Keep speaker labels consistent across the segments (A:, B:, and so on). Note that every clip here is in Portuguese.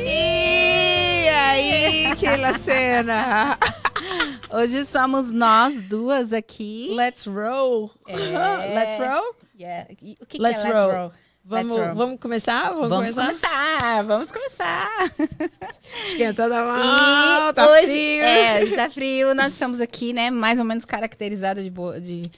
A: E aí, Keila Sena?
B: Hoje somos nós duas aqui.
A: Let's roll.
B: É.
A: Let's roll?
B: Yeah. E O que, que é
A: Let's
B: Let's
A: roll.
B: Roll?
A: Vamos,
B: roll.
A: vamos começar? Vamos,
B: Vamos
A: começar?
B: começar, vamos começar.
A: Esquentando a mão,
B: E
A: tá
B: hoje,
A: frio.
B: é, hoje tá frio. Nós estamos aqui, né, mais ou menos caracterizada de, bo- de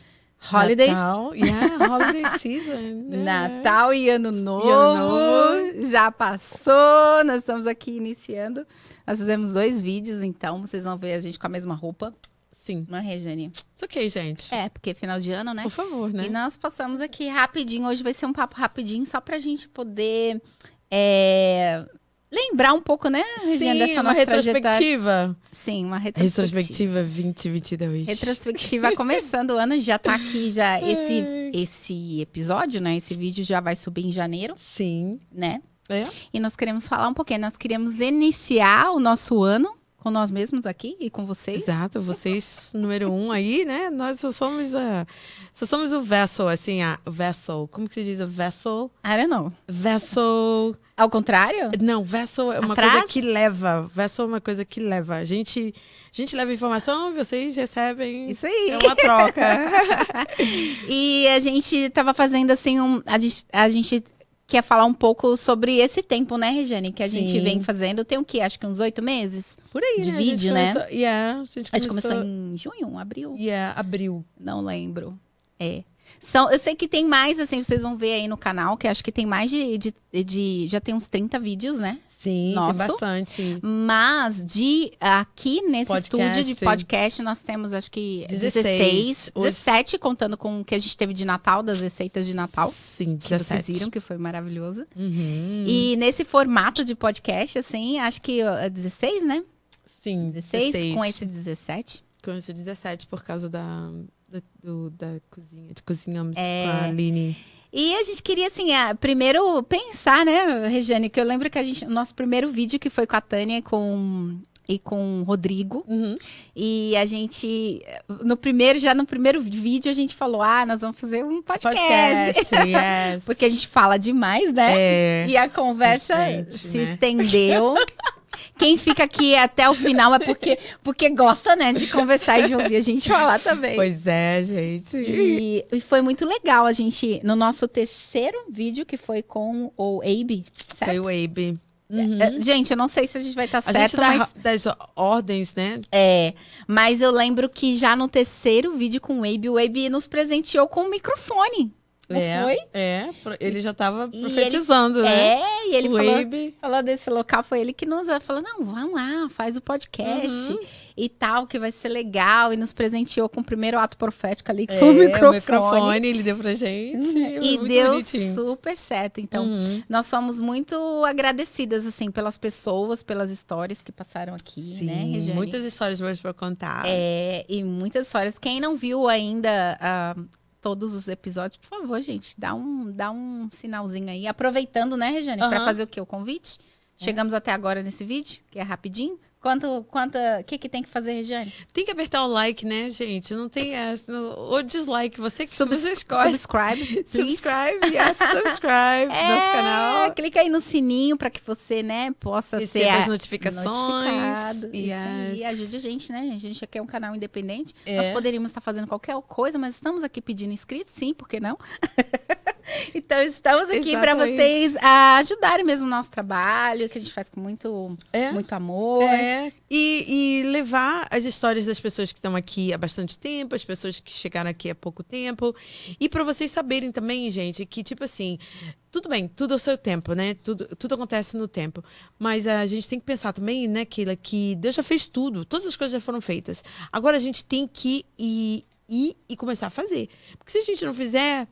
B: holidays. Natal.
A: Natal. Yeah, holiday season. né? yeah.
B: É. e ano, novo,
A: Novo.
B: já passou, nós estamos aqui iniciando. Nós fizemos dois vídeos, então vocês vão ver a gente com a mesma roupa,
A: Sim.
B: não é, Regiane?
A: It's ok, gente.
B: É, porque final de ano, né?
A: Por favor, né?
B: E nós passamos aqui rapidinho. Hoje vai ser um papo rapidinho, só pra gente poder é, lembrar um pouco, né, Regina,
A: Sim,
B: dessa
A: uma
B: nossa trajetória.
A: retrospectiva.
B: Sim, uma retrospectiva.
A: Retrospectiva 2022.
B: Retrospectiva começando o ano, já tá aqui já esse,
A: Ai.
B: esse episódio, né? Esse vídeo já vai subir em janeiro,
A: Sim.
B: né?
A: É.
B: E nós queremos falar um pouquinho, nós queríamos iniciar o nosso ano com nós mesmos aqui e com vocês.
A: Exato, vocês número um aí, né? Nós só somos a, só somos o vessel, assim, a vessel. Como que se diz? A vessel?
B: I don't know.
A: Vessel.
B: Ao contrário?
A: Não, vessel é uma coisa
B: Atrás?
A: que leva. Vessel é uma coisa que leva. A gente, a gente leva informação, vocês recebem.
B: Isso aí.
A: É uma troca.
B: E a gente tava fazendo assim um. A gente, a gente quer falar um pouco sobre esse tempo, né, Regiane? Que a gente
A: Sim.
B: vem fazendo. Tem o quê? Acho que uns oito meses?
A: Por aí,
B: De
A: né? A gente
B: vídeo, né?
A: começou- Yeah, a gente
B: A gente
A: começou.
B: começou em junho, abril?
A: Yeah, abril.
B: Não lembro. É. São, eu sei que tem mais, assim, vocês vão ver aí no canal, que acho que tem mais de. de- de- já tem uns 30 vídeos, né?
A: Sim, tem
B: Nosso.
A: bastante.
B: Mas de aqui nesse
A: Podcast.
B: estúdio de podcast, nós temos acho que 16,
A: 16, hoje-
B: 17, contando com o que a gente teve de Natal, das receitas de Natal.
A: Sim,
B: Que
A: 17.
B: vocês viram que foi maravilhoso.
A: Uhum.
B: E nesse formato de podcast, assim, acho que ó, é 16, né?
A: Sim,
B: 16, com esse 17.
A: Com esse 17, por causa da, da, do- da cozinha, de cozinhamos
B: É.
A: com a Aline.
B: E a gente queria, assim, ah, primeiro pensar, né, Regiane? Que eu lembro que a gente, o nosso primeiro vídeo que foi com a Tânia e com, e com o Rodrigo. E a gente, no primeiro, já no primeiro vídeo, a gente falou: ah, nós vamos fazer um podcast.
A: yes.
B: Porque a gente fala demais, né?
A: é,
B: E a conversa
A: Gente,
B: se
A: né?
B: estendeu. Quem fica aqui até o final é porque, porque gosta, né, de conversar e de ouvir a gente falar também.
A: pois é, gente.
B: E, e foi muito legal a gente, no nosso terceiro vídeo, que foi com o Abe,
A: Foi
B: certo?
A: o Abe. Uhum.
B: É, Gente, eu não sei se a gente vai estar
A: A
B: certo,
A: gente tá dá
B: mas,
A: das ordens, né?
B: é, mas eu lembro que já no terceiro vídeo com o Abe, o Abe nos presenteou com um microfone. Não
A: é,
B: foi?
A: é, pro- ele já estava
B: E
A: profetizando, né?
B: É, e ele
A: o
B: falou,
A: Abe.
B: falou desse local, foi ele que nos falou, não, vão lá, faz o podcast
A: Uhum.
B: e tal, que vai ser legal. E nos presenteou com o primeiro ato profético ali, que foi o
A: É,
B: microfone. Uhum.
A: microfone ele deu pra gente.
B: E
A: muito
B: deu
A: bonitinho.
B: super certo. Então,
A: Uhum.
B: nós somos muito agradecidas, assim, pelas pessoas, pelas histórias que passaram aqui,
A: Sim,
B: né, Regiane?
A: muitas histórias boas pra contar.
B: É, e muitas histórias. Quem não viu ainda ah, todos os episódios, por favor, gente, dá um, dá um sinalzinho aí. Aproveitando, né, Regiane, pra
A: Aham. É.
B: fazer o quê? O convite? Chegamos até agora nesse vídeo, que é rapidinho. Quanto, quanta, o que que tem que fazer, Regiane?
A: Tem que apertar o like, né, gente? Não tem essa. no- Ou dislike, você que
B: Subs-
A: você escolhe.
B: Subscribe. please.
A: subscribe, yes, subscribe
B: É,
A: nosso canal.
B: clica aí no sininho pra que você, né, possa ser
A: Receba as
B: a-
A: notificações.
B: notificado. Isso aí. E ajude a gente, né, gente? A gente aqui é um canal independente.
A: É.
B: Nós poderíamos estar fazendo qualquer coisa, mas estamos aqui pedindo inscritos, sim, por que não? então estamos aqui para
A: Exatamente.
B: vocês ah, ajudarem mesmo o nosso trabalho, que a gente faz com muito,
A: É.
B: muito amor.
A: É. E, e levar as histórias das pessoas que estão aqui há bastante tempo, as pessoas que chegaram aqui há pouco tempo. E para vocês saberem também, gente, que, tipo assim, tudo bem, tudo ao seu tempo, né? Tudo, tudo acontece no tempo. Mas a gente tem que pensar também, né, Keila, que Deus já fez tudo, todas as coisas já foram feitas. Agora a gente tem que ir, ir e começar a fazer. Porque se a gente não fizer,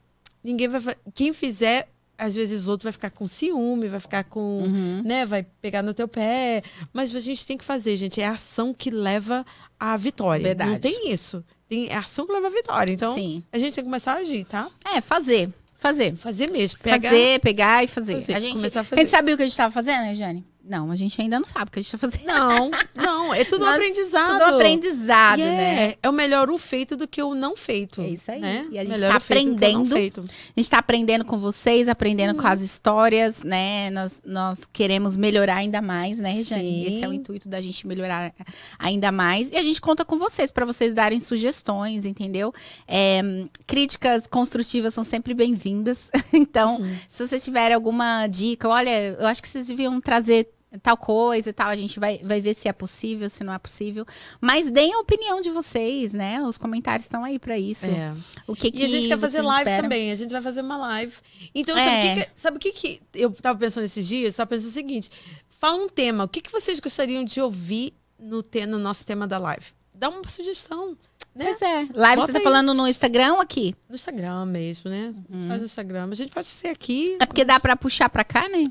A: ninguém vai. fa- Quem fizer, às vezes o outro vai ficar com ciúme, vai ficar com
B: Uhum.
A: né? Vai pegar no teu pé. Mas a gente tem que fazer, gente. É a ação que leva à vitória.
B: Verdade.
A: Não tem isso. Tem, é a ação que leva à vitória. Então,
B: Sim.
A: a gente tem que começar a agir, tá?
B: É, fazer. Fazer.
A: Fazer mesmo. Pegar,
B: Fazer, pegar e fazer.
A: fazer,
B: A, gente,
A: começar a
B: a gente
A: fazer.
B: sabia o que a gente estava fazendo, né, Jane? Não, a gente ainda não sabe o que a gente vai fazer.
A: Não, não, é tudo um
B: Nós-
A: aprendizado.
B: Tudo um aprendizado,
A: E é,
B: né?
A: É o melhor o feito do que o não feito.
B: É isso aí.
A: né?
B: E a gente
A: Melhor
B: tá
A: o feito do que o não
B: aprendendo.
A: feito.
B: A gente tá aprendendo com vocês, aprendendo
A: Uhum.
B: com as histórias, né? Nós, nós queremos melhorar ainda mais, né, Regiane?
A: Sim.
B: Esse é o intuito da gente melhorar ainda mais. E a gente conta com vocês, para vocês darem sugestões, entendeu? É, críticas construtivas são sempre bem-vindas. Então,
A: Uhum.
B: se vocês tiverem alguma dica, olha, eu acho que vocês deviam trazer tal coisa e tal, a gente vai, vai ver se é possível, se não é possível. Mas deem a opinião de vocês, né? Os comentários estão aí para isso.
A: É.
B: O que
A: E a gente
B: que
A: quer fazer
B: vocês
A: live
B: esperam?
A: também. A gente vai fazer uma live. Então, sabe o que
B: É.
A: que, sabe o que, que eu tava pensando esses dias? Eu tava pensando o seguinte: fala um tema. O que, que vocês gostariam de ouvir no, te, no nosso tema da live? Dá uma sugestão. Né?
B: Pois é. Live,
A: Bota
B: você tá
A: aí.
B: falando no Instagram ou aqui?
A: No Instagram mesmo, né? A
B: Uhum.
A: gente faz no Instagram. A gente pode ser aqui.
B: Hum. É porque dá pra puxar pra cá, né?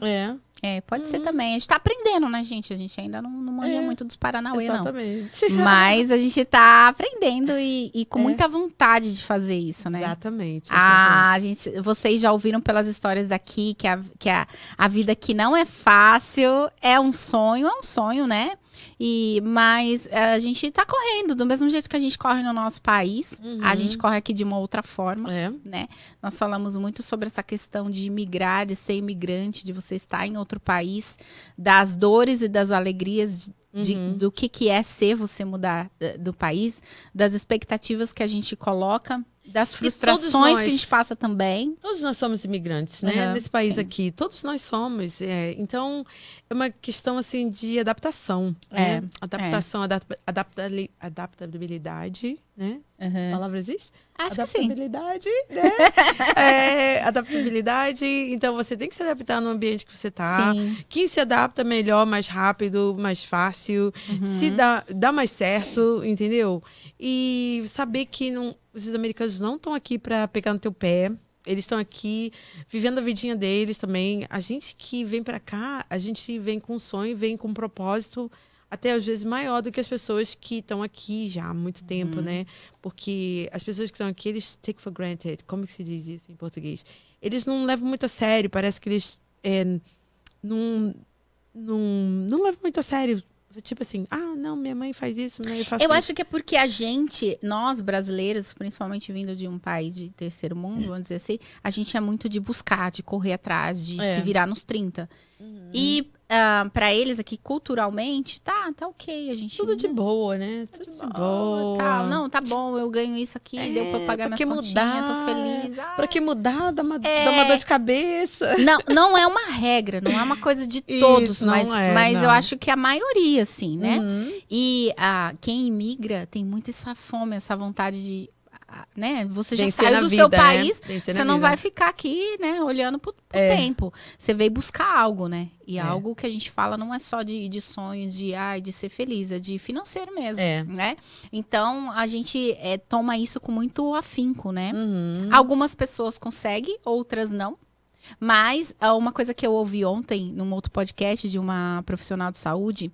A: É,
B: É, pode ser também. A gente tá aprendendo, né, gente? A gente ainda não, não manja
A: É.
B: muito dos Paranauê, não.
A: exatamente.
B: Mas a gente tá aprendendo e, e com
A: É.
B: muita vontade de fazer isso, né?
A: Exatamente.
B: Ah, gente, vocês já ouviram pelas histórias daqui que, a, que a, a vida aqui não é fácil, é um sonho, é um sonho, né? E, mas a gente tá correndo, do mesmo jeito que a gente corre no nosso país, a
A: Uhum.
B: gente corre aqui de uma outra forma.
A: exatamente.
B: né? Nós falamos muito sobre essa questão de migrar, de ser imigrante, de você estar em outro país, das dores e das alegrias de-
A: É.
B: de-
A: Uhum.
B: do que, que é ser você mudar eh, do país, das expectativas que a gente coloca, das
A: todos
B: frustrações que a
A: nós-
B: gente passa também.
A: Todos nós somos imigrantes, né?
B: Aham,
A: Nesse país
B: sim.
A: aqui, todos nós somos. é, então, é uma questão assim de adaptação.
B: É,
A: né? Adaptação, adap- adaptali- adaptabilidade, né? A palavra existe?
B: É. Acho que sim.
A: adaptabilidade, né? É, adaptabilidade. Então, você tem que se adaptar no ambiente que você está.
B: Sim.
A: Quem se adapta melhor, mais rápido, mais fácil,
B: Uhum.
A: se dá, dá mais certo, entendeu? E saber que não, os americanos não estão aqui para pegar no teu pé. Eles estão aqui vivendo a vidinha deles também. A gente que vem para cá, a gente vem com um sonho, vem com um propósito, até às vezes maior do que as pessoas que estão aqui já há muito tempo, né? Porque as pessoas que estão aqui, eles take for granted. Como que se diz isso em português? Eles não levam muito a sério, parece que eles é, não, não, não levam muito a sério. Tipo assim, ah, não, minha mãe faz isso, minha mãe faz
B: Eu
A: isso.
B: acho que é porque a gente, nós brasileiros, principalmente vindo de um país de terceiro mundo, vamos dizer assim, a gente é muito de buscar, de correr atrás, de
A: É. Uhum.
B: se virar nos 30. E ah, pra eles aqui, culturalmente, tá, tá ok. A gente.
A: Tudo de boa, né? Tudo de boa.
B: Tá, não, tá bom, eu ganho isso aqui,
A: É,
B: deu pra eu pagar minhas
A: pra que
B: continhas, tô
A: mudar?
B: feliz. Ah,
A: Pra que mudar? Dá uma,
B: É.
A: dá uma dor de cabeça.
B: Não, não é uma regra, não é uma coisa de
A: Isso,
B: todos,
A: não
B: mas,
A: é,
B: mas eu
A: não.
B: acho que a maioria, assim, né?
A: Uhum.
B: E ah, quem imigra tem muito essa fome, essa vontade de. ah, Né? Você já
A: Vencer
B: saiu
A: na
B: do
A: vida,
B: seu
A: né?
B: país,
A: Vencer na
B: você não
A: vida.
B: vai ficar aqui, né, olhando pro, pro
A: É.
B: tempo. Você veio buscar algo, né? E
A: É.
B: algo que a gente fala não é só de, de sonhos, de, ai, de ser feliz, é de financeiro mesmo,
A: É.
B: né? Então, a gente eh, toma isso com muito afinco, né?
A: Uhum.
B: Algumas pessoas conseguem, outras não. Mas ah, uma coisa que eu ouvi ontem num outro podcast de uma profissional de saúde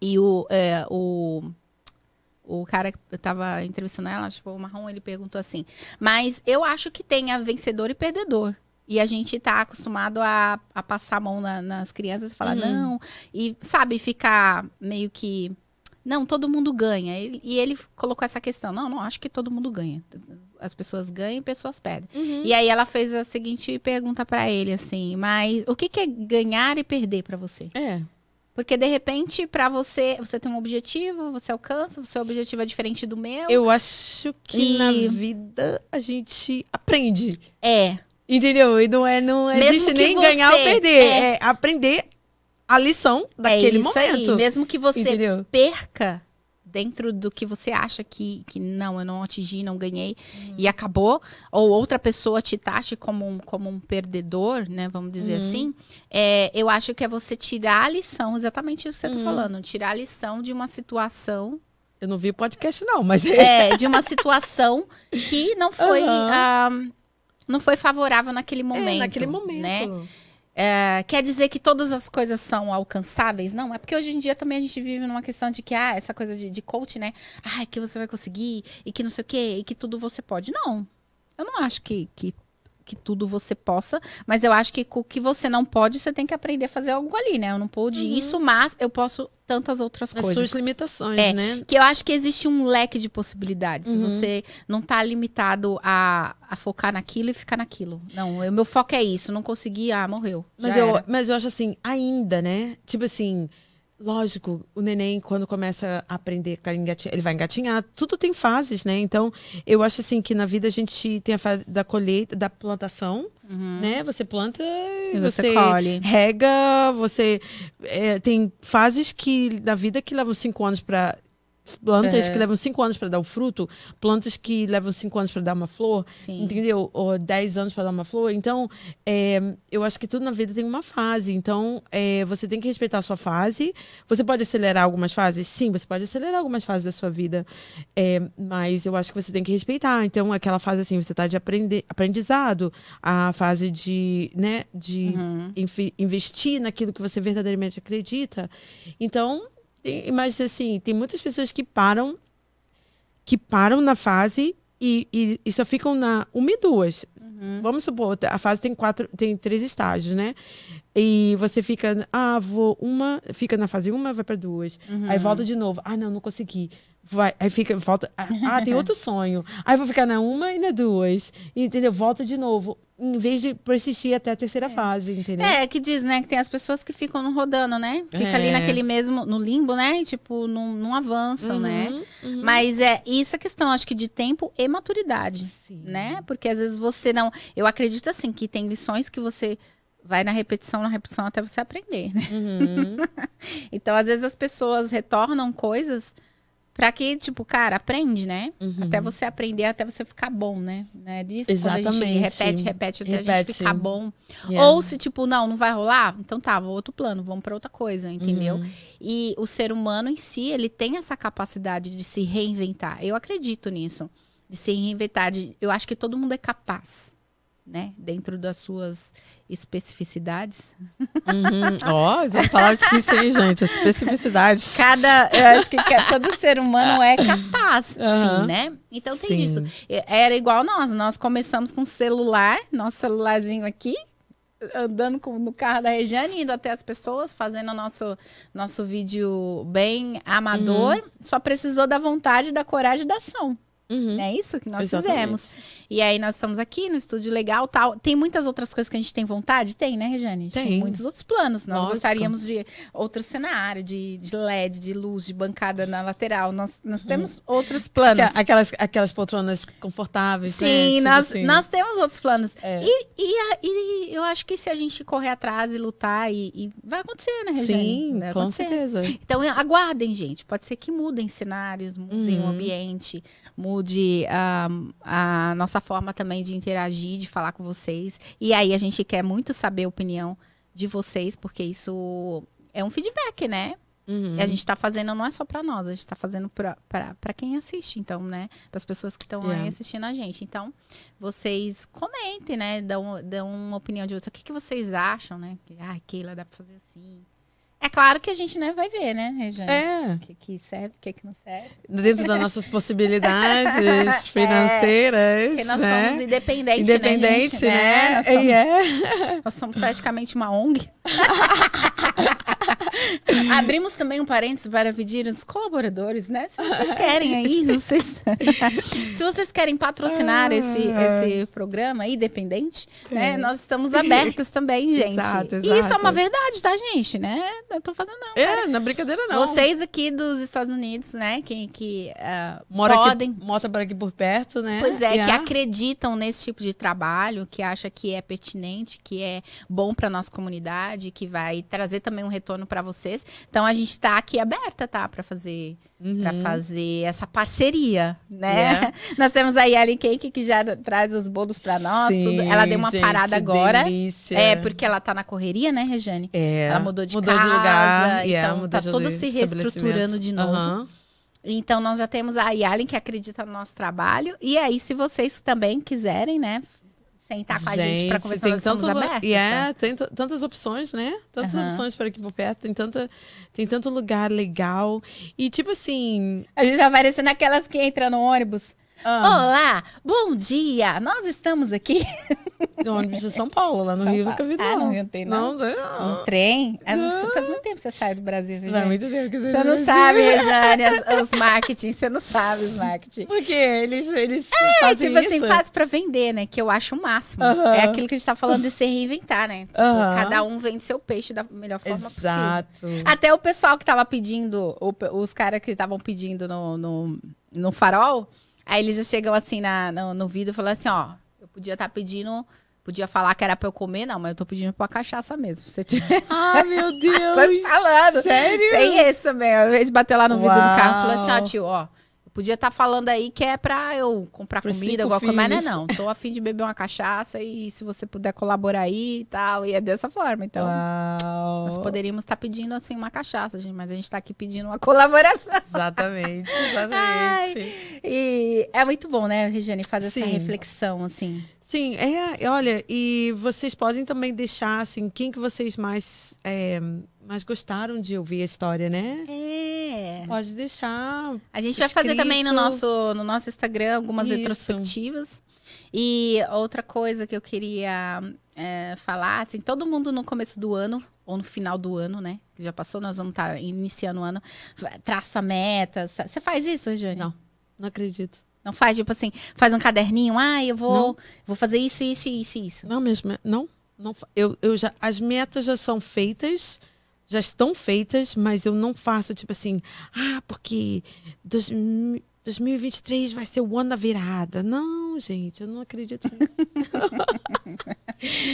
B: e o, é, o, o cara que eu tava entrevistando ela, acho que foi o Marrom, ele perguntou assim: Mas eu acho que tenha vencedor e perdedor. E a gente tá acostumado a, a passar a mão na- nas crianças e falar,
A: Uhum.
B: não, e sabe, ficar meio que. Não, todo mundo ganha. Ele- E ele colocou essa questão: não, não acho que todo mundo ganha. As pessoas ganham e pessoas perdem.
A: Uhum.
B: E aí ela fez a seguinte pergunta pra ele assim, mas o que, que é ganhar e perder pra você?
A: É.
B: Porque de repente pra você você tem um objetivo, você alcança, o seu objetivo é diferente do meu.
A: Eu acho que
B: E-
A: na vida a gente aprende.
B: É,
A: Entendeu? E não é, não
B: Mesmo
A: existe
B: que
A: nem
B: você-
A: ganhar ou perder. É. aprender a lição daquele
B: é isso
A: momento.
B: aí. Mesmo que você
A: Entendeu?
B: perca dentro do que você acha que, que não, eu não atingi, não ganhei
A: Hum.
B: e acabou, ou outra pessoa te taxe como um, como um perdedor, né, vamos dizer
A: Uhum.
B: assim, é, eu acho que é você tirar a lição, exatamente isso que você
A: Uhum.
B: tá falando, tirar a lição de uma situação
A: Eu não vi o podcast, não, mas
B: é, de uma situação que não foi
A: Aham.
B: ah, não foi favorável naquele
A: É,
B: momento.
A: naquele momento.
B: Né? Ah, quer dizer que todas as coisas são alcançáveis? Não, é porque hoje em dia também a gente vive numa questão de que, ah, essa coisa de, de coach, né? Ah, que você vai conseguir e que não sei o quê, e que tudo você pode. Não, eu não acho que, que que tudo você possa, mas eu acho que com o que você não pode, você tem que aprender a fazer algo ali, né? Eu não pude
A: Uhum. É
B: isso, mas eu posso tantas outras
A: As
B: coisas.
A: suas limitações,
B: É.
A: né?
B: Que eu acho que existe um leque de possibilidades.
A: Uhum.
B: Você não tá limitado a, a focar naquilo e ficar naquilo. Não, o meu foco é isso. Não consegui, ah, morreu.
A: Mas
B: Já
A: eu,
B: era.
A: mas eu acho assim, ainda, né? Tipo assim, lógico, o neném, quando começa a aprender, a engatinhar, ele vai engatinhar, tudo tem fases, né? Então, eu acho assim que na vida a gente tem a fase da colheita, da plantação,
B: Uhum.
A: né? Você planta e
B: E você,
A: você
B: colhe.
A: rega, você é, tem fases que da vida que levam cinco anos para plantas que levam cinco anos para dar o fruto, plantas que levam cinco anos para dar uma flor,
B: Sim.
A: entendeu? Ou dez anos para dar uma flor. Então, é, eu acho que tudo na vida tem uma fase. Então, é, você tem que respeitar a sua fase. Você pode acelerar algumas fases, sim, você pode acelerar algumas fases da sua vida, É, mas eu acho que você tem que respeitar. Então, aquela fase assim, você está de aprender, aprendizado, a fase de, né, de
B: Uhum.
A: infi- investir naquilo que você verdadeiramente acredita. Então, tem- mas assim, tem muitas pessoas que param, que param na fase e, e, e só ficam na uma e duas. Vamos supor, a fase tem quatro, tem três estágios, né? E você fica, ah, vou uma, fica na fase uma, vai para duas.
B: uhum.
A: Aí volta de novo. Ah, não, não consegui. Vai, aí fica, volta. Ah, ah, tem outro sonho. Aí vou ficar na uma e na duas. Entendeu? Volta de novo. Em vez de persistir até a terceira fase, entendeu?
B: É, que diz, né? Que tem as pessoas que ficam no rodando, né? Fica
A: É.
B: ali naquele mesmo, no limbo, né? E, tipo, não, não avançam, né?
A: Uhum, uhum.
B: Mas é isso a questão, acho que de tempo e maturidade.
A: Sim.
B: né? Porque às vezes você não. Eu acredito assim que tem lições que você vai na repetição, na repetição até você aprender, né?
A: Uhum.
B: Então, às vezes as pessoas retornam coisas pra que, tipo, cara, aprende, né?
A: Uhum.
B: Até você aprender, até você ficar bom, né? né? Disso, Quando a
A: Exatamente.
B: gente repete, repete, até a
A: Repete.
B: gente ficar bom.
A: Yeah.
B: Ou se, tipo, não, não vai rolar, então tá, vou outro plano, vamos pra outra coisa, entendeu?
A: Uhum.
B: E o ser humano em si, ele tem essa capacidade de se reinventar. Eu acredito nisso. De se reinventar. de- eu acho que todo mundo é capaz, né? Dentro das suas especificidades.
A: Uhum. Ó, eles vão falar difícil, hein, gente? As especificidades.
B: Cada. Eu acho que ca- todo ser humano é capaz,
A: Aham.
B: sim, né? Então tem
A: Sim.
B: disso. E- Era igual nós. Nós começamos com celular, nosso celularzinho aqui, andando com- no carro da Regiane, indo até as pessoas, fazendo o nosso, nosso vídeo bem amador. Só precisou da vontade, da coragem e da ação.
A: Uhum.
B: É isso que nós
A: Exatamente.
B: fizemos. E aí nós estamos aqui no estúdio legal, tal. Tem muitas outras coisas que a gente tem vontade? Tem, né, Regiane? A gente
A: Tem.
B: muitos outros planos. Nós
A: Lógico.
B: gostaríamos de outro cenário, de, de LED, de luz, de bancada na lateral. Nós,
A: Hum.
B: nós temos outros planos.
A: Aquela- é Aquelas, aquelas poltronas confortáveis, né?
B: Sim,
A: Tipo
B: nós,
A: assim.
B: nós temos outros planos.
A: É.
B: E, e, a- e eu acho que se a gente correr atrás e lutar, e, e vai acontecer, né, Regiane?
A: Sim,
B: vai
A: com
B: acontecer.
A: certeza.
B: Então, eu- aguardem, gente. Pode ser que mudem cenários, mudem
A: Uhum.
B: o ambiente, mude ah, a nossa forma também de interagir, de falar com vocês. E aí, a gente quer muito saber a opinião de vocês, porque isso é um feedback, né?
A: Uhum.
B: E a gente tá fazendo não é só pra nós, a gente tá fazendo pra, pra, pra quem assiste, então, né? Pras pessoas que estão
A: Yeah.
B: aí assistindo a gente. Então, vocês comentem, né? Dão, dão uma opinião de vocês. O que, que vocês acham, né? Que, ah, Keila, dá pra fazer assim. É claro que a gente né, vai ver, né, Regiane?
A: É,
B: O que, que serve, o que, que não serve.
A: dentro das nossas possibilidades financeiras.
B: É. Porque nós
A: né?
B: somos independentes,
A: Independente, né?
B: né? gente? É, Nós, somos,
A: É,
B: nós somos praticamente uma ONG. Abrimos também um parênteses para pedir os colaboradores, né? Se vocês querem aí, se vocês, se vocês querem patrocinar esse,
A: Ah.
B: esse programa aí, independente,
A: É.
B: né? Nós estamos abertas também, gente.
A: Exato,
B: E isso é
A: exato.
B: uma verdade, tá, gente? Né? Eu tô fazendo não.
A: É, não é brincadeira, não.
B: Vocês aqui dos Estados Unidos, né? Que, que ah,
A: mora
B: podem.
A: aqui, mora por aqui por perto, né?
B: Pois é,
A: Yeah.
B: que acreditam nesse tipo de trabalho, que acha que é pertinente, que é bom para nossa comunidade, que vai trazer também um retorno para vocês. Então a gente tá aqui aberta, tá, para fazer,
A: Uhum.
B: para fazer essa parceria, né?
A: Yeah.
B: Nós temos aí a Ellen Cake que já traz os bolos para nós,
A: Sim,
B: tudo. Ela deu uma
A: gente,
B: parada agora.
A: delícia.
B: É, porque ela tá na correria, né, Regiane?
A: É,
B: Ela mudou de
A: mudou
B: casa,
A: de lugar, yeah,
B: então
A: mudou
B: tá
A: de
B: toda se
A: estabelecimento.
B: reestruturando de novo.
A: Aham.
B: Então, nós já temos a Yalen, que acredita no nosso trabalho. E aí, se vocês também quiserem, né, sentar com a gente para conversar,
A: tem
B: nós estamos
A: tanto lu-
B: abertos. tá?
A: Yeah, tem t- tantas opções, né? Tantas
B: Aham.
A: opções para aqui por perto, tem, tanta, tem tanto lugar legal. E tipo assim,
B: A gente tá parecendo aquelas que entram no ônibus.
A: Ah.
B: Olá, bom dia. Nós estamos aqui.
A: No um ônibus de São Paulo, lá no
B: São
A: Rio
B: Paulo.
A: nunca vi,
B: Ah,
A: não.
B: no Rio tem, não.
A: Não, não.
B: No trem? Ah, não, isso faz muito tempo que você sai do Brasil,
A: Faz
B: Regiane.
A: muito tempo que
B: Você não
A: vê
B: sabe,
A: assim.
B: Regiane, as- os marketing. Você não sabe os marketing.
A: Porque eles, eles
B: É,
A: fazem
B: tipo assim,
A: isso.
B: faz pra vender, né? Que eu acho o máximo.
A: Aham.
B: É aquilo que a gente tá falando de se reinventar, né? Tipo,
A: Aham.
B: cada um vende seu peixe da melhor forma possível.
A: Exato.
B: Até o pessoal que tava pedindo, o pe- os caras que estavam pedindo no, no, no farol, aí eles já chegam assim na, no, no vídeo e falam assim, ó, eu podia estar pedindo, podia falar que era pra eu comer, não, mas eu tô pedindo pra cachaça mesmo. Se você tiver.
A: Ah, meu Deus.
B: Tô te falando.
A: Sério?
B: Tem isso também. Às vezes bateu lá no vidro do carro e falou assim, ó,
A: Uau.
B: tio, ó. eu Podia estar falando aí que é pra eu comprar
A: Pros
B: comida,
A: cinco
B: alguma coisa, mas não é
A: filhos.
B: não. Tô afim de beber uma cachaça e se você puder colaborar aí e tal. E é dessa forma, então.
A: Uau.
B: Nós poderíamos estar pedindo assim uma cachaça, gente, mas a gente tá aqui pedindo uma colaboração.
A: Exatamente, exatamente.
B: E é muito bom, né, Regiane, fazer
A: Sim.
B: essa reflexão, assim.
A: Sim, é, olha, e vocês podem também deixar, assim, quem que vocês mais, é, mais gostaram de ouvir a história, né?
B: É.
A: Pode deixar.
B: A gente vai fazer
A: Escrito.
B: também no nosso, no nosso Instagram algumas
A: Isso.
B: retrospectivas. E outra coisa que eu queria é, falar, assim, todo mundo no começo do ano, ou no final do ano, né? Que já passou, nós vamos estar iniciando o ano, traça metas. Você faz isso, Regiane?
A: Não. Não acredito.
B: Não faz, tipo assim, faz um caderninho, ah, eu vou, vou fazer isso, isso, isso, isso.
A: Não mesmo, não. não fa- eu, eu já, as metas já são feitas, já estão feitas, mas eu não faço, tipo assim, ah, porque dois mi- 2023 vai ser o ano da virada. Não, gente, eu não acredito nisso.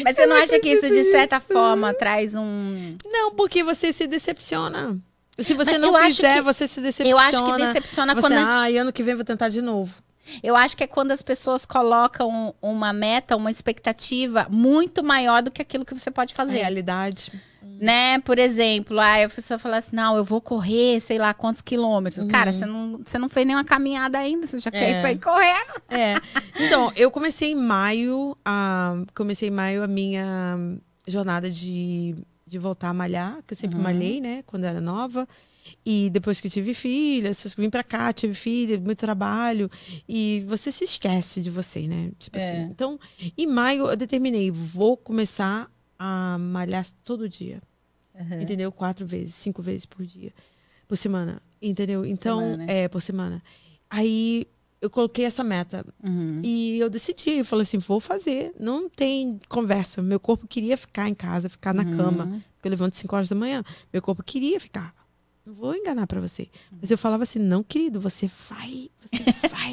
B: Mas você não acha que isso, de certa forma, traz um.
A: Não, porque você se decepciona. Se você
B: Mas
A: não
B: eu acho
A: fizer,
B: que-
A: você se decepciona.
B: Eu acho que decepciona
A: Você,
B: quando.
A: ah, e ano que vem eu vou tentar de novo.
B: Eu acho que é quando as pessoas colocam uma meta, uma expectativa muito maior do que aquilo que você pode
A: A
B: fazer.
A: realidade.
B: Né? Por exemplo, aí a pessoa fala assim: não, eu vou correr, sei lá quantos quilômetros.
A: Uhum.
B: Cara, você não, você não fez nenhuma caminhada ainda, você já
A: É.
B: quer sair correndo.
A: É. Então, eu comecei em maio, a, comecei em maio a minha jornada de, de voltar a malhar, que eu sempre
B: Uhum.
A: malhei, né, quando era nova. E depois que tive filha, essas- vim pra cá, tive filha, muito trabalho. E você se esquece de você, né? Tipo
B: É.
A: assim. Então, em maio eu determinei, vou começar a malhar todo dia.
B: Uhum.
A: Entendeu? Quatro vezes, cinco vezes por dia. Por semana. Entendeu? Então,
B: semana. né?
A: é, por semana. Aí eu coloquei essa meta.
B: Uhum.
A: E eu decidi, eu falei assim, vou fazer. Não tem conversa. Meu corpo queria ficar em casa, ficar na cama.
B: Uhum.
A: Porque eu levanto 5 horas da manhã. Meu corpo queria ficar. Não vou enganar pra você. Mas eu falava assim, não, querido, você vai, você vai.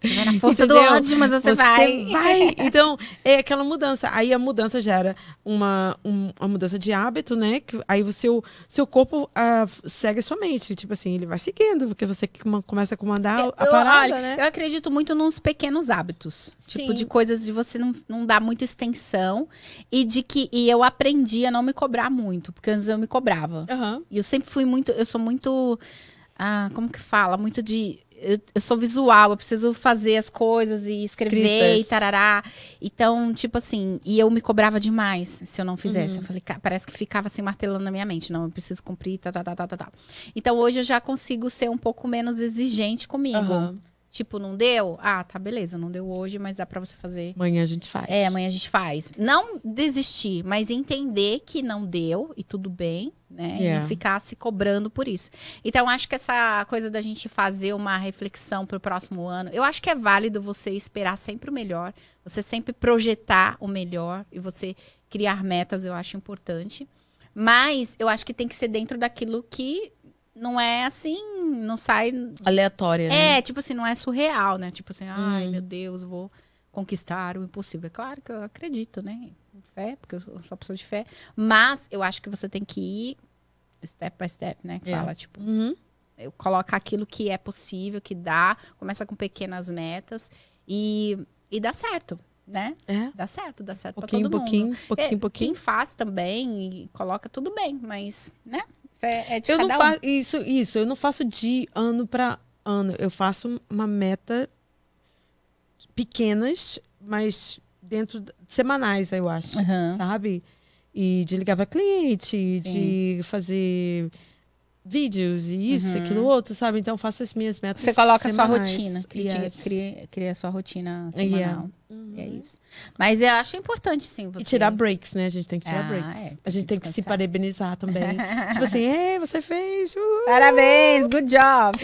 B: Você vai na força do
A: Entendeu?
B: ódio, mas você, vai.
A: vai. Então, é aquela mudança. Aí a mudança gera uma, um- uma mudança de hábito, né? Que, aí o seu, seu corpo ah, segue a sua mente. Tipo assim, ele vai seguindo, porque você que uma- começa a comandar
B: Eu-
A: a
B: eu-
A: parada,
B: olha,
A: né?
B: Eu acredito muito nos pequenos hábitos. Tipo,
A: Sim.
B: de coisas de você não, não dar muita extensão. E de que. E eu aprendi a não me cobrar muito, porque antes eu me cobrava.
A: Aham.
B: E eu sempre fui muito. Eu sou muito. Ah, como que fala? Muito de. Eu, eu sou visual, eu preciso fazer as coisas e escrever e
A: Escritas.
B: tarará. Então, tipo assim, e eu me cobrava demais se eu não fizesse.
A: Uhum.
B: Eu falei, "Ca- parece que ficava assim martelando na minha mente. Não, eu preciso cumprir, tá, tá, tá, tá, tá, tá. Então hoje eu já consigo ser um pouco menos exigente comigo.
A: Aham.
B: Tipo, não deu? Ah, tá, beleza, não deu hoje, mas dá pra você fazer.
A: Amanhã a gente faz.
B: É, amanhã a gente faz. Não desistir, mas entender que não deu e tudo bem, né? E
A: Yeah.
B: não ficar se cobrando por isso. Então, acho que essa coisa da gente fazer uma reflexão pro próximo ano, eu acho que é válido você esperar sempre o melhor, você sempre projetar o melhor e você criar metas, eu acho importante. Mas eu acho que tem que ser dentro daquilo que não é assim, não sai
A: Aleatória, né?
B: é, tipo assim, não é surreal, né? Tipo assim, ai
A: Hum.
B: meu Deus, vou conquistar o impossível. É claro que eu acredito, né? Em Fé, porque eu sou sou uma pessoa de fé. Mas eu acho que você tem que ir step by step, né? Que
A: É.
B: Fala, tipo,
A: Uhum.
B: eu coloco aquilo que é possível, que dá, começa com pequenas metas e, e dá certo, né?
A: É.
B: Dá certo, dá certo pra
A: Pouquinho,
B: todo mundo.
A: pouquinho, pouquinho,
B: É,
A: pouquinho.
B: Quem faz também e coloca tudo bem, mas, né? Isso é, é de
A: Eu não
B: cada um.
A: faço isso, isso, eu não faço de ano para ano. Eu faço uma meta pequenas, mas dentro d- semanais, eu acho,
B: Aham.
A: sabe? E de ligar para cliente,
B: Sim. Uhum.
A: de fazer vídeos e isso, aquilo outro, sabe? Então faço as minhas metas.
B: Você coloca a sua
A: semanais.
B: rotina, cria,
A: Yes.
B: cria, cria a sua rotina
A: Yeah.
B: semanal. E É isso. Mas eu acho importante, sim, você. é?
A: E tirar breaks, né? A gente tem que
B: Ah,
A: tirar
B: é,
A: breaks.
B: tem
A: a gente
B: que
A: tem que se
B: descansar.
A: parabenizar também. tipo assim, é, você fez, uh,
B: Parabéns, good job.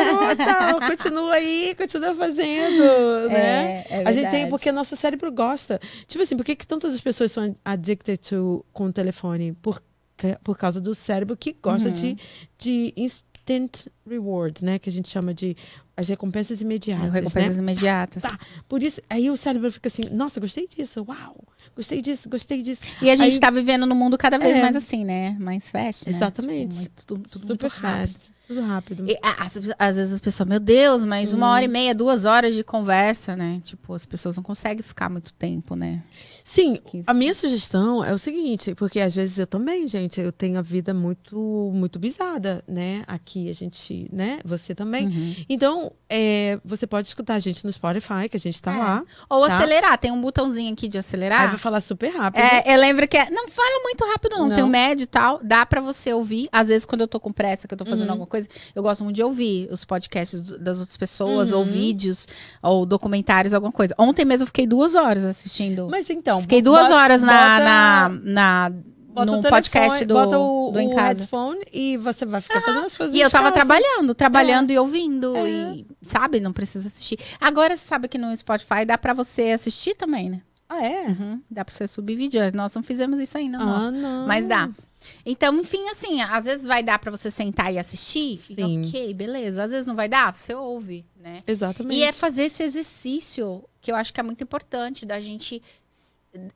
A: garota, continua aí, continua fazendo, né?
B: É, é
A: a gente tem,
B: verdade.
A: porque nosso cérebro gosta. Tipo assim, por que, que tantas pessoas são addicted to, com o telefone? Por, ca- por causa do cérebro que gosta
B: Uhum.
A: de, de instant reward, né? Que a gente chama de as recompensas imediatas, né?
B: Recompensas imediatas.
A: Tá. Por isso, aí o cérebro fica assim, nossa, gostei disso, uau, gostei disso, gostei disso.
B: E a gente
A: Aí-
B: tá vivendo num mundo cada vez
A: É.
B: mais assim, né? Mais fast. né?
A: Exatamente.
B: Tipo, muito- tudo, tudo
A: Super
B: muito rápido.
A: fast, tudo rápido.
B: E, a- as- às vezes as pessoas, meu Deus, mas uma
A: Uhum.
B: hora e meia, duas horas de conversa, né? Tipo, as pessoas não conseguem ficar muito tempo, né?
A: Sim,
B: 15.
A: a minha sugestão é o seguinte, porque às vezes eu também, gente, eu tenho a vida muito, muito bizada, né? Aqui a gente, né? Você também.
B: Hum. Uhum.
A: Então, é, você pode escutar a gente no Spotify, que a gente tá
B: É.
A: lá.
B: Ou
A: Tá.
B: acelerar, tem um botãozinho aqui de
A: Aí vai
B: acelerar.
A: falar super rápido.
B: É, eu lembro que é. Não fala muito rápido, não.
A: Não.
B: Tem o médio e tal. Dá pra você ouvir. Às vezes, quando eu tô com pressa, que eu tô fazendo
A: Uhum.
B: alguma coisa, eu gosto muito de ouvir os podcasts do- das outras pessoas, ou
A: Uhum.
B: vídeos, ou documentários, alguma coisa. Ontem mesmo eu fiquei duas horas assistindo.
A: Mas então.
B: Fiquei
A: bo-
B: duas
A: bota-
B: horas na,
A: bota-
B: na, na-
A: bota o
B: num
A: telefone,
B: podcast do,
A: bota o,
B: do
A: o
B: Em Casa. Ah,
A: headphone e você vai ficar fazendo as coisas.
B: E eu
A: de
B: tava
A: casa.
B: trabalhando, trabalhando e ouvindo.
A: É.
B: E, sabe, não precisa assistir. Agora você sabe que no Spotify dá pra você assistir também, né?
A: Ah, é?
B: Uhum, Dá pra você subir vídeo. Nós não fizemos isso ainda,
A: ah,
B: nossa.
A: não.
B: Mas dá.
A: Ah.
B: Então, enfim, assim, às vezes vai dar pra você sentar e assistir. fica
A: Sim.
B: Ok, beleza. Às vezes não vai dar, você ouve, né?
A: Exatamente.
B: E é fazer esse exercício que eu acho que é muito importante da gente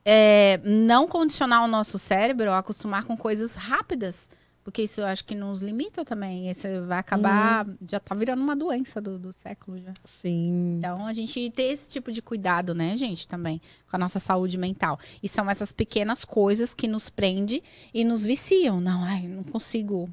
B: é, não condicionar o nosso cérebro a acostumar com coisas rápidas. Porque isso eu acho que nos limita também. Isso vai acabar.
A: Uhum.
B: Já tá virando uma doença do, do século já.
A: Sim.
B: Então a gente ter esse tipo de cuidado, né, gente, também, com a nossa saúde mental. E são essas pequenas coisas que nos prende e nos viciam. Não, ai, não consigo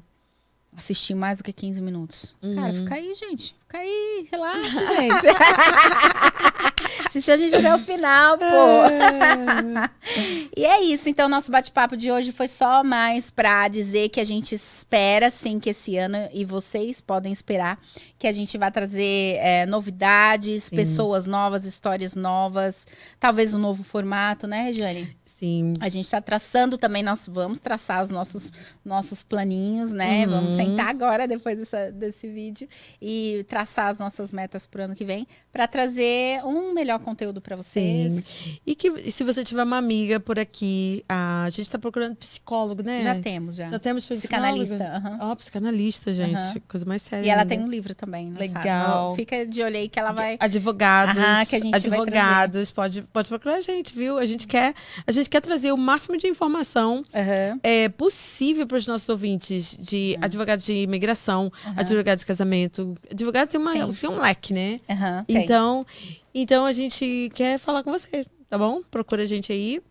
B: assistir mais do que 15 minutos. Cara,
A: Uhum.
B: fica aí, gente. Fica aí, relaxa, gente. Assistir a gente até o final,
A: É.
B: pô. E é isso, então nosso bate-papo de hoje foi só mais pra dizer que a gente espera sim que esse ano e vocês podem esperar que a gente vai trazer é, novidades,
A: Sim.
B: pessoas novas, histórias novas, talvez um novo formato, né, Regiane?
A: Sim.
B: A gente tá traçando também, nós vamos traçar os nossos, nossos planinhos, né?
A: Uhum.
B: Vamos sentar agora, depois dessa- desse vídeo, e traçar as nossas metas pro ano que vem, pra trazer um melhor conteúdo pra vocês.
A: E que e se você tiver uma amiga por aqui, a gente está procurando psicólogo, né?
B: Já temos, já.
A: Já temos
B: Psicanalista. aham.
A: Ó, psicanalista, gente.
B: Aham.
A: Coisa mais séria.
B: E ela
A: ainda. Ah,
B: tem um livro também, né?
A: É. Legal.
B: Fica de olho aí que ela vai.
A: Advogados,
B: Aham, que a gente vai
A: advogados, pode, pode procurar a gente, viu? A gente quer, a gente quer trazer o máximo de informação
B: Aham,
A: é, possível para os nossos ouvintes de advogados de imigração,
B: Aham.
A: advogados de casamento. Advogado tem, uma,
B: Sim.
A: tem um leque, né?
B: aham, tem.
A: Então, então a gente quer falar com vocês, tá bom? Procura a gente aí.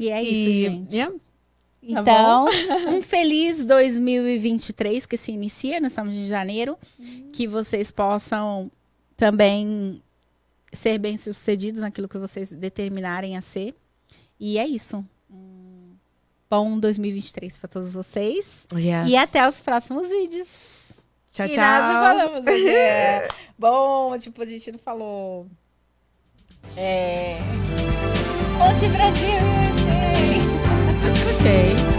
B: E é isso,
A: e,
B: gente.
A: yeah, tá
B: Então, um feliz 2023 que se inicia, nós estamos em janeiro.
A: Uhum.
B: Que vocês possam também ser bem-sucedidos naquilo que vocês determinarem a ser. E é isso. Um bom 2023 para todos vocês.
A: yeah.
B: E até os próximos vídeos.
A: Tchau,
B: e
A: tchau.
B: nós não falamos. né? É. Bom, tipo, a gente não falou. É. Ponte Brasil, eu sei.
A: Ok.